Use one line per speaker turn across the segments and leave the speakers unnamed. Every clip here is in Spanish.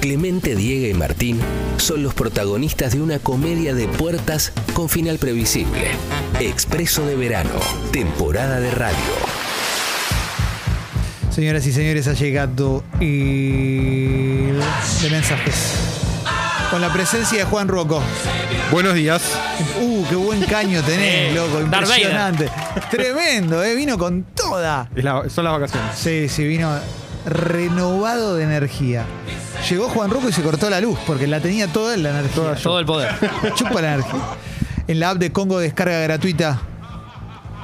Clemente, Diego y Martín son los protagonistas de una comedia de puertas con final previsible. Expreso de verano, temporada de radio.
Señoras y señores, ha llegado el de mensajes. Con la presencia de Juan Rocco.
Buenos días.
Uh, qué buen caño tenés,
Sí,
loco.
Darth Vader.
Impresionante. Tremendo, eh. Vino con toda.
Es la- son las vacaciones.
Sí, sí, vino renovado de energía. Llegó Juan Rocco y se cortó la luz, porque la tenía toda en la energía.
Todo el poder.
Chupa la energía. En la app de Congo descarga gratuita.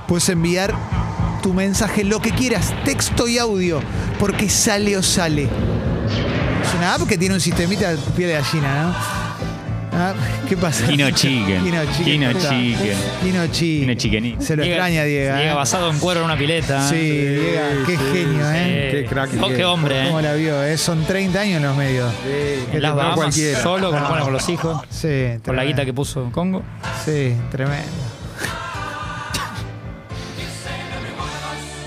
Puedes enviar tu mensaje, lo que quieras, texto y audio, porque sale o sale. Es una app que tiene un sistemita de piel de gallina, ¿no? Ah, ¿Qué pasa?
Kino Chicken.
Kino Chicken.
Kino
¿cómo está?
Chicken.
Kino Chicken.
Kino Chickenito.
Se lo extraña, Diego. ¿eh?
Diego basado en cuero en una pileta.
Sí, Diego, qué genio, ¿eh?
Qué crack.
Oh, qué hombre,
¿Cómo
¿eh?
la vio? eh? Son 30 años en los medios.
En las
No
Bahamas,
cualquiera.
solo, con, bueno, con los hijos,
Sí,
con la
tremendo.
guita que puso Congo.
Sí, tremendo.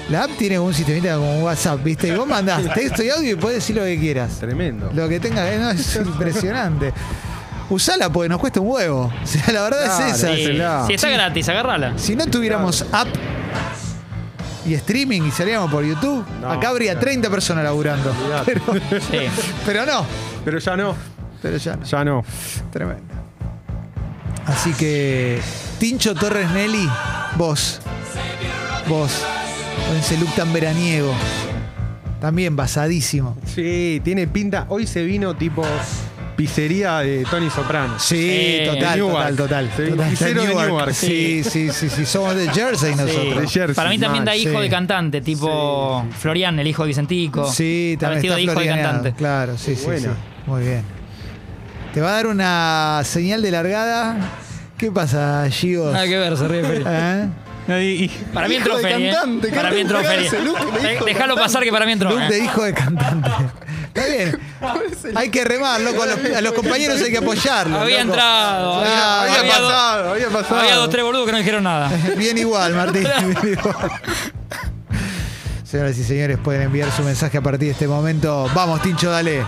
La app tiene un sistemita como WhatsApp, ¿viste? Y vos mandás texto y audio y podés decir lo que quieras.
Tremendo.
Lo que tengas, eh, no, es impresionante. Usala porque nos cuesta un huevo. O sea, la verdad
Claro,
es esa.
Sí,
hacela.
sí, está gratis, agárrala.
Si no tuviéramos app y streaming y saliéramos por YouTube,
No,
acá habría
claro.
30 personas laburando.
Olvidate.
Pero,
Sí.
pero no,
Pero ya no.
pero ya no.
Ya no.
Tremendo. Así que, Tincho Torres Nelly, vos. Vos. Con ese look tan veraniego. También basadísimo.
Sí, tiene pinta. Hoy se vino tipo pizzería de Tony Soprano.
Sí,
Sí,
total,
de
total,
Newark.
total,
Sí,
total.
cero de Newark.
Sí, sí, sí, sí. Somos de Jersey
De
nosotros.
Jersey.
Para mí también
mal.
da hijo
sí.
de cantante, tipo Florian, el hijo de Vicentico.
Sí,
Está
también
vestido
está
de hijo
florianeado,
de cantante.
Claro, sí, sí,
Bueno.
sí. Muy bien. Te va a dar una señal de largada. ¿Qué pasa, Gigo?
Nada que ver, se ríe Feli.
¿Eh?
Para mí entró
de
Feli. ¿eh?
cantante,
Para mí
Carlos,
entró
mirá
Feli.
ese look de hijo de
De- Dejalo
cantante.
pasar que para mí entró.
Look
¿eh?
de hijo de cantante. Está bien. Hay que remar, loco. A los, a los compañeros hay que apoyarlos.
Había
loco.
entrado.
Ah,
Había,
había dos-
pasado, había pasado.
Había dos, tres boludos que no dijeron nada.
Bien igual, Martín. bien igual. Señoras y señores, pueden enviar su mensaje a partir de este momento. Vamos, Tincho, dale.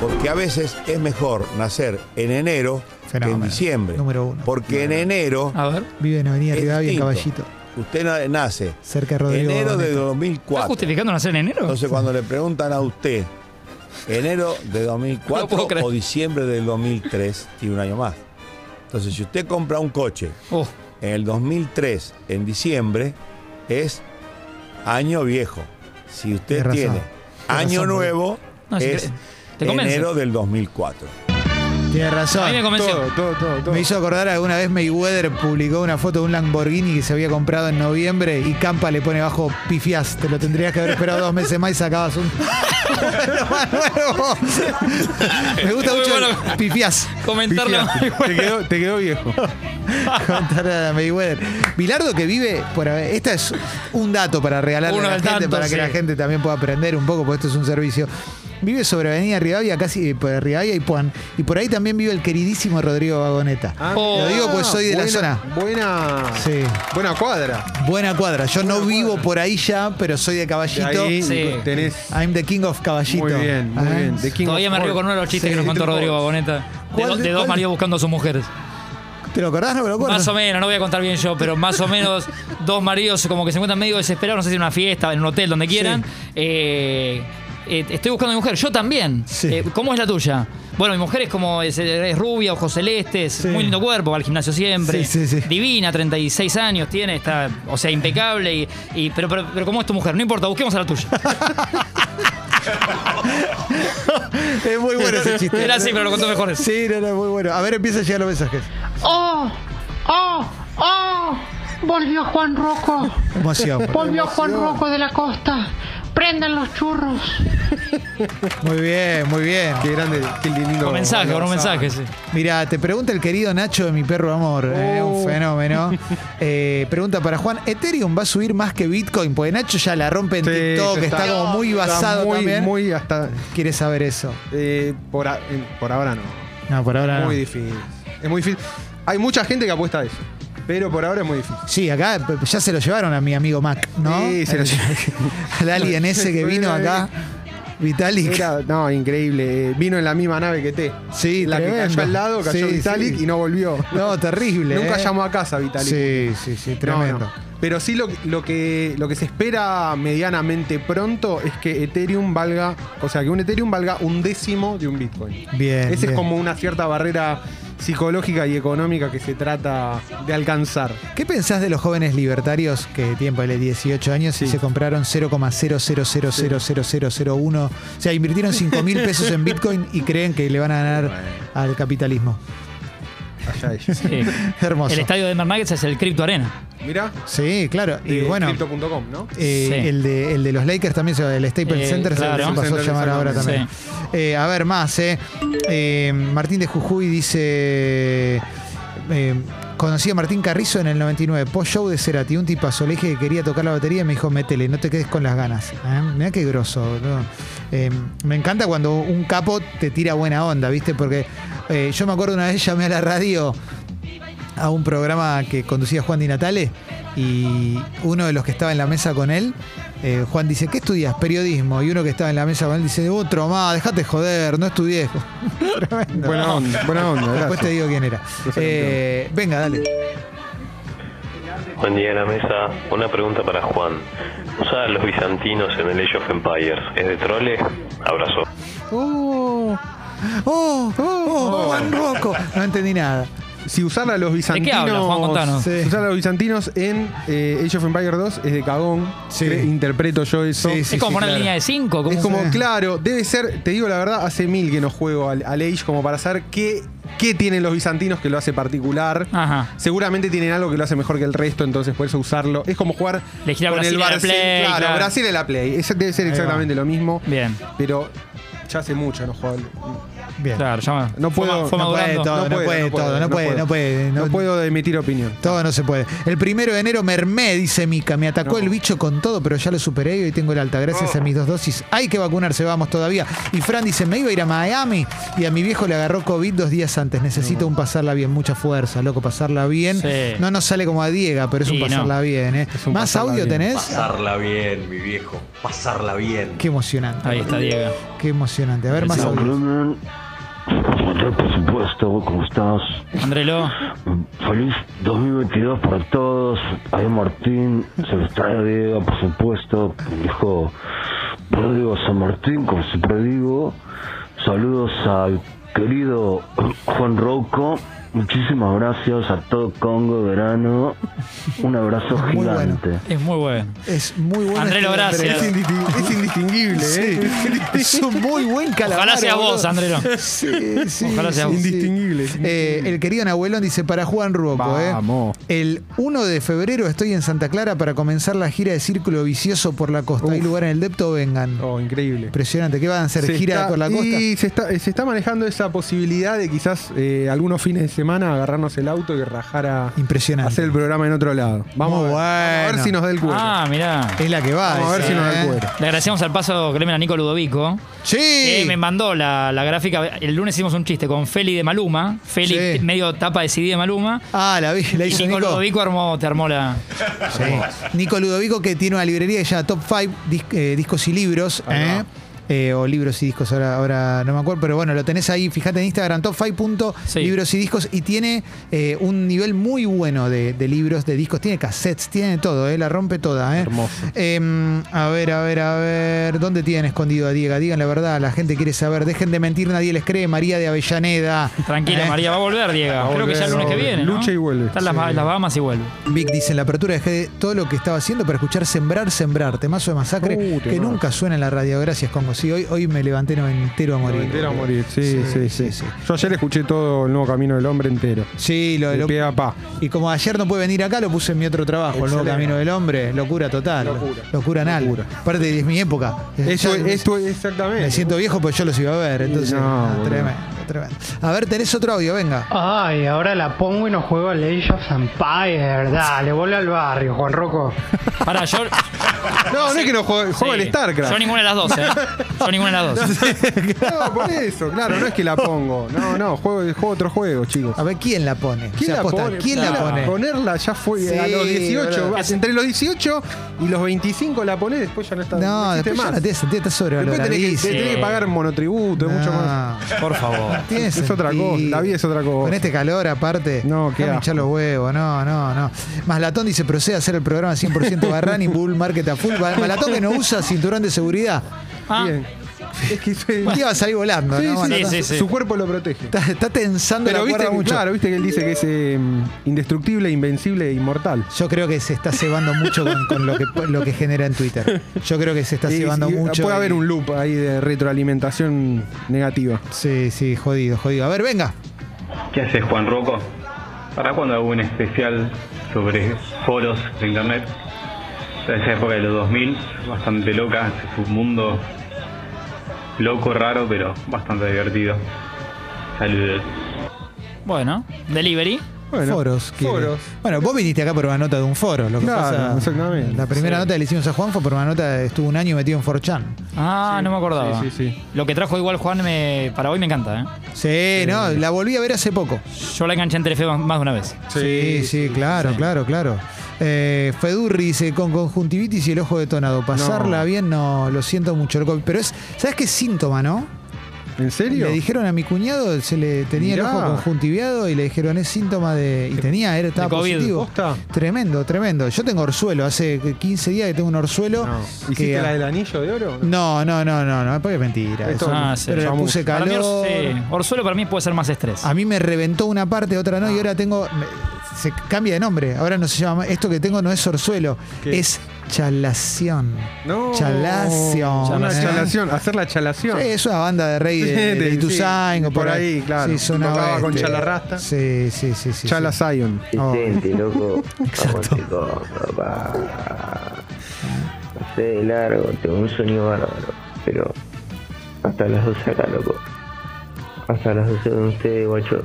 Porque a veces es mejor nacer en enero
Fenómeno.
que en diciembre.
Número uno. Ah,
Porque en enero
A ver.
Vive en Avenida
es
Rivadavia, en
distinto.
Caballito,
Usted na- nace
cerca de Rodrigo.
enero de
Boneta.
2004.
¿Estás justificando nacer en enero?
Entonces cuando le preguntan a usted enero de
No puedo
2004
creer.
o diciembre del 2003, tiene un año más. Entonces si usted compra un coche
Oh,
en el 2003, en diciembre, es año viejo. Si usted
Tienes razón.
tiene
Tienes
año
razón, porque-
nuevo,
No, si
es
cre- te convence.
enero del 2004.
Tienes razón.
a mí me convenció.
Todo, todo, todo. todo.
Me hizo acordar alguna vez Mayweather publicó una foto de un Lamborghini que se había comprado en noviembre y Campa le pone abajo pifias. Te lo tendrías que haber esperado dos meses más y sacabas un. Lo más nuevo. Me gusta
Muy
mucho
bueno.
el pifias.
Comentarle
Pifiaste. te, quedó, te quedó viejo.
Contar a Mayweather. Bilardo que vive por. Esta es un dato para regalarle
Uno
a la
al
gente,
tanto,
para que
sí.
la gente también pueda aprender un poco, porque esto es un servicio. Vive sobre Avenida Rivadavia, casi eh, por Rivadavia y Puan. Y por ahí también vive el queridísimo Rodrigo Vagoneta.
Ah,
Oh.
Lo digo pues soy de la
buena-
zona.
Buena.
Sí.
Buena cuadra.
Buena cuadra. Yo no vivo por ahí ya, pero soy de
De
caballito.
ahí
Sí.
tenés.
I'm the king of caballito.
Muy bien, muy
Ah,
bien. The King
Todavía
of
me río
All.
con uno de los chistes
Sí,
que nos contó
King of
Rodrigo
All.
Boneta. De,
¿Cuál
do-
de-
de dos
cuál?
maridos buscando a sus mujeres.
¿Te lo acordás? No me lo acuerdo.
Más o menos, no voy a contar bien yo, pero más o menos dos maridos como que se encuentran medio desesperados, no sé si en una fiesta, en un hotel, donde quieran. Eh, eh, estoy buscando a mi mujer, yo también.
Sí.
Eh, ¿Cómo es la tuya? Bueno, mi mujer es como, es, es rubia, ojos celestes,
Sí.
muy lindo cuerpo, va al gimnasio siempre.
Sí, sí, sí.
Divina, 36 años tiene, está, o sea, impecable. Y, y- pero, pero, pero ¿cómo es tu mujer? No importa, busquemos a la tuya.
Es muy bueno ese chiste.
Era así, pero lo contó mejor.
Sí, no, no, muy bueno. A ver, empieza a llegar los mensajes.
¡Oh! ¡Oh! ¡Oh! Volvió Juan Rocco.
Emoción.
Volvió Juan Rocco de la costa. Prendan los churros.
pues. Muy bien, muy bien.
Qué grande, qué lindo.
Con mensaje, con un mensaje, sí.
Mira, te pregunta el querido Nacho de mi perro amor, eh,
Oh.
un fenómeno. Eh, pregunta para Juan, ¿Ethereum va a subir más que Bitcoin? Porque Nacho ya la rompe en
Sí,
TikTok,
ya
está, como muy
está
basado
muy,
también.
Muy hasta.
Quiere saber eso.
eh, por, a- en- por ahora no.
No, por ahora. no.
Muy difícil. Es muy difícil. Hay mucha gente que apuesta a eso. Pero por ahora es muy difícil.
Sí, acá p- ya se lo llevaron a mi amigo Mac, ¿no?
Sí, se lo
El-
llevaron.
Al alien ese que
Fue
vino
una
acá.
vez.
Vitalik.
Era, no, increíble. Eh, Vino en la misma nave que T.
Sí,
la que
tremendo.
cayó al lado, cayó
Sí,
Vitalik
sí.
y no volvió.
No, terrible.
Nunca
eh.
llamó a casa Vitalik.
Sí, sí, sí,
No,
tremendo.
no. Pero sí lo, lo que, lo que se espera medianamente pronto es que Ethereum valga, o sea, que un Ethereum valga un décimo de un Bitcoin.
Bien.
Esa
bien.
es como una cierta barrera psicológica y económica que se trata de alcanzar.
¿Qué pensás de los jóvenes libertarios que tienen ponele, 18 años y
Sí.
se compraron 0,000000001? O sea, invirtieron 5 mil pesos en Bitcoin y creen que le van a ganar al capitalismo.
Allá ellos.
Sí.
Hermoso.
El estadio de Mermaguets es el Crypto Arena.
Mirá,
Sí, claro. Y
de
bueno,
Crypto.com, ¿no?
eh,
Sí.
el, de, el de los Lakers también, se- el Staples
Eh,
Center se-
claro.
se pasó a
Staples
llamar
Center
ahora también.
también.
Eh, a ver, más. Eh. Eh, Martín de Jujuy dice... eh, Conocí a Martín Carrizo en el 99, post-show de Cerati, un tipazo. Le dije que quería tocar la batería y me dijo, métele, no te quedes con las ganas. ¿Eh? Mirá qué grosso, boludo. Eh, me encanta cuando un capo te tira buena onda, ¿viste? Porque eh, yo me acuerdo una vez llamé a la radio a un programa que conducía Juan Di Natale y uno de los que estaba en la mesa con él, eh, Juan dice, ¿qué estudias? Periodismo. Y uno que estaba en la mesa con él dice, otro más, dejate joder, no estudié. Tremendo.
Buena onda, buena onda.
Después
gracias.
te digo quién era.
Lo sé,
Eh, venga, dale.
Buen día la mesa. Una pregunta para Juan. ¿Usa a los bizantinos en el Age of Empires? ¿Es de trole? Abrazo.
Oh, oh, oh, Juan Rocco. No entendí nada.
Si usar a los bizantinos.
habla, Juan? Contanos.
Sí.
Si usar a los bizantinos en eh, Age of Empire 2 es de cagón.
Sí.
Cre- Interpreto yo eso.
Sí, sí,
es como
sí,
poner
claro.
línea de 5.
Es como,
Sí.
claro, debe ser, te digo la verdad, hace mil que no juego al, al Age como para saber qué, qué tienen los bizantinos que lo hace particular.
Ajá.
Seguramente tienen algo que lo hace mejor que el resto, entonces por eso usarlo. Es como jugar
Le gira Brasil en la Play,
Claro,
claro.
Brasil en la Play. Ese debe ser
Ahí va.
exactamente lo mismo.
Bien.
Pero ya hace mucho no juego. al-
Bien.
Claro, ya
No
fue
puedo-
ma- fue
no
puede
madurando.
todo. No
puedo,
puede
puedo,
todo, no puede,
puedo.
no puede, no-
No puedo emitir opinión.
Todo no se puede. El primero de enero mermé, dice Mica. Me atacó
No.
el bicho con todo, pero ya lo superé y hoy tengo el alta. Gracias a mis dos dosis. Hay que vacunarse, vamos todavía. Y Fran dice, me iba a ir a Miami y a mi viejo le agarró COVID dos días antes. Necesito un pasarla bien, mucha fuerza, loco, pasarla bien.
Sí.
No nos sale como a Diega, pero es un
Y no.
pasarla bien. ¿eh?
un
¿Más
pasarla
audio
bien.
tenés?
Pasarla bien, mi viejo. Pasarla bien.
Qué emocionante.
Ahí está Diego.
Qué emocionante. A ver, más
Sí.
audio.
Bremen. Matar, por supuesto, ¿cómo estás?
Andrelo.
Feliz 2022 para todos. Ahí Martín, se los trae Diego, por supuesto. Dijo Pródigo San Martín, como siempre digo. Saludos al querido Juan Rouco. Muchísimas gracias a todo Congo Verano. Un abrazo
Muy bueno.
gigante.
Es muy bueno.
Es muy bueno.
Andrelo,
este hombre.
gracias.
Es indi-
Es indistinguible, ¿eh?
Es un muy buen calamar.
Ojalá seas
boludo.
vos, Andrelo.
Sí, sí,
Ojalá sea
sí,
vos.
sí.
Indistinguible.
Eh, el querido Nahuelón dice para Juan Ruoco, eh.
Vamos.
El 1 de febrero estoy en Santa Clara para comenzar la gira de Círculo Vicioso por la costa. Hay
Uf.
lugar en el Depto, vengan.
Oh, increíble.
Impresionante, ¿qué van a hacer?
Se
¿Gira
está-
por la costa?
Y se está, se está manejando esa posibilidad de quizás eh, algunos fines de semana agarrarnos el auto y rajar a
Impresionante.
hacer el programa en otro lado. Vamos,
Muy
a ver, vamos a ver
bueno.
si nos da el cuero.
Ah, mirá.
Es la que va.
Vamos a ver
esa,
si nos da
eh.
el cuero.
Le agradecemos al paso que le ven a Nico Ludovico.
Sí.
Eh,
que me mandó la, la gráfica. El lunes hicimos un chiste con Feli de Maluma. Feli,
Sí.
medio tapa de CD de Maluma.
Ah, la vi, la
Y
hizo
Nico
Nico.
Ludovico armó, te armó la.
Sí. Nico Ludovico que tiene una librería que se llama Top 5 Discos y Libros. ¿eh? Eh, o libros y discos, ahora, ahora no me acuerdo, pero bueno, lo tenés ahí, fíjate en Instagram, top 5
Sí.
libros y discos, y tiene eh, un nivel muy bueno de, de libros, de discos, tiene cassettes, tiene de todo, ¿eh? la rompe toda. ¿eh?
Hermoso.
Em, a ver, a ver, a ver, ¿dónde tienen escondido a Diego? Digan la verdad, la gente quiere saber, dejen de mentir, nadie les cree, María de Avellaneda.
Tranquila,
¿eh?
María, va a volver, Diego.
a
Creo que
volver,
ya el lunes
va a
que
volver.
viene. ¿no?
Lucha y vuelve.
Están las, las Bahamas y vuelve.
Vic dice, en la apertura dejé todo lo que estaba haciendo para escuchar Sembrar, Sembrar, temazo de masacre,
Uh,
que
temazo.
nunca suena en la radio. Gracias, Congo. Sí, hoy, hoy me levanté entero a morir.
Entero a morir. Sí sí sí,
sí.
Yo ayer escuché todo el nuevo camino del hombre entero.
Sí, lo,
De
lo-
pie a pa.
y como ayer no pude venir acá, lo puse en mi otro trabajo, el nuevo
Excelente.
camino del hombre. Locura total.
Locura.
Locura anal.
Locura.
Aparte, es mi época.
Esto,
Ya me-
esto exactamente.
Me siento viejo, pues yo los iba a ver. Entonces,
No,
ah,
boludo.
tremendo, tremendo. A ver, tenés otro audio, venga.
Ay, ahora la pongo y no juego a Age of Empires. Dale, vuelve al barrio, Juan Rocco.
Para, yo,
No, no es que no juega, juega
Sí.
el StarCraft.
Yo ninguna de las dos, ¿eh? Yo ninguna de las dos.
No, por eso, claro, no es que la pongo. No, no, juego, juego otro juego, chicos.
A ver, ¿quién la pone? O sea, posta, ¿Quién la
Claro,
pone?
Ponerla ya fue
Sí,
a los 18.
verdad.
vas, entre los 18 y los 25 la ponés, después ya no está.
No, después
existe
ya
este más.
no tiene sentido, está
Después tenés que,
sobrevaloradísimo.
tenés que pagar monotributo, es mucho más.
Por favor.
Tiene
Es otra
sentido.
cosa, la vida es otra cosa.
Con este calor, aparte.
No, qué
déjame
asco.
hinchar los huevos. No, no, no. Maslatón dice: procede a hacer el programa 100% Barrani, Bull Market a full. Ba- Maslatón que no usa cinturón de seguridad.
Ah,
Bien. Es que se-
Un día va a salir volando,
Sí,
¿no?
sí,
Maslatón?
sí,
sí, sí.
su cuerpo lo protege.
Está, está tensando
Pero
la
viste,
cuerda
que-
mucho.
claro, viste que él dice que es eh, indestructible, invencible e inmortal.
Yo creo que se está cebando mucho con, con lo, que, lo que genera en Twitter. Yo creo que se está
Y-
cebando
y
mucho.
eh, Puede
y-
haber un loop ahí de retroalimentación negativa.
Sí, sí, jodido, jodido. A ver, venga.
¿Qué haces, Juan Rocco? ¿Para cuándo hago un especial sobre foros de internet? Esa época de los 2000, bastante loca, ese es un mundo loco, raro, pero bastante divertido. Saludos.
bueno. Delivery.
Bueno,
foros. quiere.
foros.
Bueno, vos viniste acá por una nota de un foro. Lo que
Claro,
pasa,
exactamente.
La primera nota que le hicimos a Juan fue por una nota, estuvo un año metido en 4chan.
Ah, no me acordaba.
Sí, sí, sí.
Lo que trajo igual Juan me, para hoy me encanta, ¿eh?
Sí, no, la volví a ver hace poco.
Yo la enganché en Telefe más más de una vez.
Sí, sí, claro, claro, claro. Eh, Fedurri dice, con conjuntivitis y el ojo detonado. Pasarla
No.
bien, no, lo siento mucho. Lo co- Pero es, ¿sabes qué síntoma, no?
¿En serio?
Le dijeron a mi cuñado, se le tenía
Mirá.
el ojo conjuntiviado y le dijeron, es síntoma de... Y tenía, era, estaba
de COVID.
positivo.
¿Posta?
Tremendo, tremendo. Yo tengo orzuelo, hace 15 días que tengo un orzuelo.
No.
que-
¿Hiciste la del anillo de oro?
No, no, no, no, no, porque es mentira.
Esto-
eso.
Ah, sí.
Pero le
Chamuyo.
puse
Para mí,
calor.
Or- sí, Orzuelo para mí puede ser más estrés.
A mí me reventó una parte, otra
Ah.
no, y ahora tengo. me- Se cambia de nombre. Ahora no se llama. más- Esto que tengo no es orzuelo,
¿Qué?
es chalación.
No.
Chalación.
Una
¿eh?
chalación, hacer la
Sí,
chalación.
es una banda de rey de, de
Sí, sí,
Ituzaingó,
por ahí, claro.
Sí, zona
Tocaba con
oeste.
Chalarrasta.
Sí, sí, sí. sí
Chala
sí.
Zion.
Oh.
Gente, loco. Exacto. papá. Pasé de largo, tengo un sueño bárbaro. Pero hasta las 12 acá, loco. Hasta las 12 de ustedes, guacho.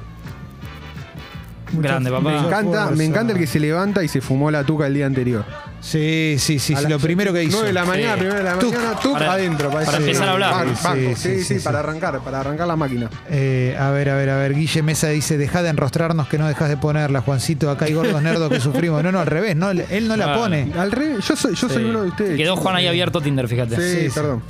Grande,
Me
papá.
encanta,
fuerza.
me encanta el que se levanta y se fumó la tuca el día anterior.
Sí, sí, sí. sí, lo primero que hizo.
9 de la mañana,
Sí.
primero de la
Tuc.
mañana, tuc
Para-
adentro.
para
decir,
empezar a hablar.
banco,
Sí,
banco,
sí,
sí, sí,
sí, sí.
para arrancar, para arrancar la máquina.
Eh, a ver, a ver, a ver. Guille Mesa dice: Deja de enrostrarnos que no dejas de ponerla, Juancito. Acá hay gordos nerdos que sufrimos. No, no, al revés. No, él no la
Claro.
pone.
Al revés, yo soy, yo soy
Sí.
uno de ustedes.
Quedó
chicos.
Juan ahí abierto Tinder, fíjate.
Sí,
Sí, sí.
perdón.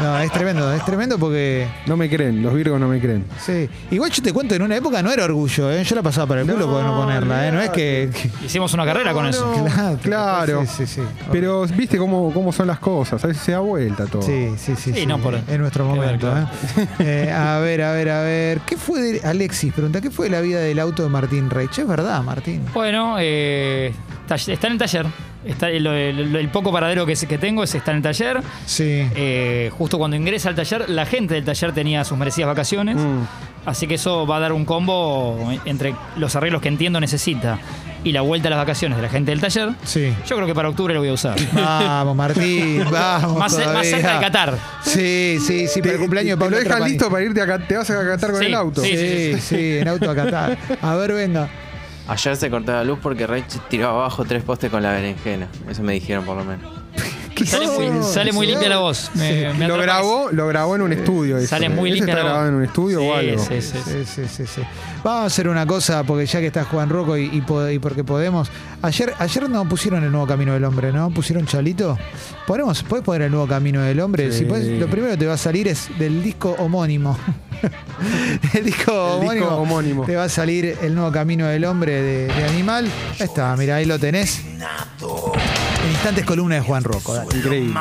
No, es tremendo, es tremendo porque.
No me creen, los virgos no me creen.
Sí. Igual yo te cuento, en una época no era orgullo, ¿eh? yo la pasaba para el culo
No,
por no ponerla, ¿eh? no es que. que-
Hicimos una carrera con eso.
No,
Claro,
claro.
Sí, sí, sí.
Pero viste cómo, cómo son las cosas, a veces se da vuelta todo.
Sí, sí, sí.
Sí, no, por-
En nuestro
que ver,
momento,
claro.
¿eh? Eh, A ver, a ver, a ver. ¿Qué fue de. Alexis pregunta, ¿qué fue de la vida del auto de Martín Reich? Es verdad, Martín.
Bueno, eh, tall- está en el taller. Está, el, el- el poco paradero que, se- que tengo es está en el taller.
Sí.
Eh, justo cuando ingresa al taller, la gente del taller tenía sus merecidas vacaciones.
Mm.
Así que eso va a dar un combo entre los arreglos que entiendo necesita y la vuelta a las vacaciones de la gente del taller.
Sí.
Yo creo que para octubre lo voy a usar.
Vamos, Martín, vamos.
Más, más
todavía.
cerca de Qatar.
Sí, sí, sí, para el cumpleaños de
te
Pablo.
lo dejas
Trapani.
listo para irte a ca- te vas a catar con
Sí,
el auto.
sí.
Sí, sí, en auto a Qatar. A ver, venga.
Ayer se cortó la luz porque Rey tiró abajo tres postes con la berenjena. Eso me dijeron por lo menos.
Sale muy, sale muy limpia la voz. Me- me
lo
atrapa
grabó, lo grabó en un estudio. eso,
Sale
¿eh?
muy
Ese
limpia
está
la voz.
grabado en un estudio o
Sí,
algo.
sí, sí.
Sí, sí, sí, sí. Vamos a hacer una cosa, porque ya que está Juan Rocco y, y po- y porque podemos. Ayer, ayer no pusieron el nuevo camino del hombre, ¿no? Pusieron Chalito. Podemos, puedes poner el nuevo camino del hombre.
Sí.
Si podés, lo primero que te va a salir es del disco homónimo. el disco
El disco
homónimo.
homónimo.
Te va a salir el nuevo camino del hombre de, de animal. Ahí está, mira, ahí lo tenés. En instantes columna de Juan Rocco. dale.
Increíble.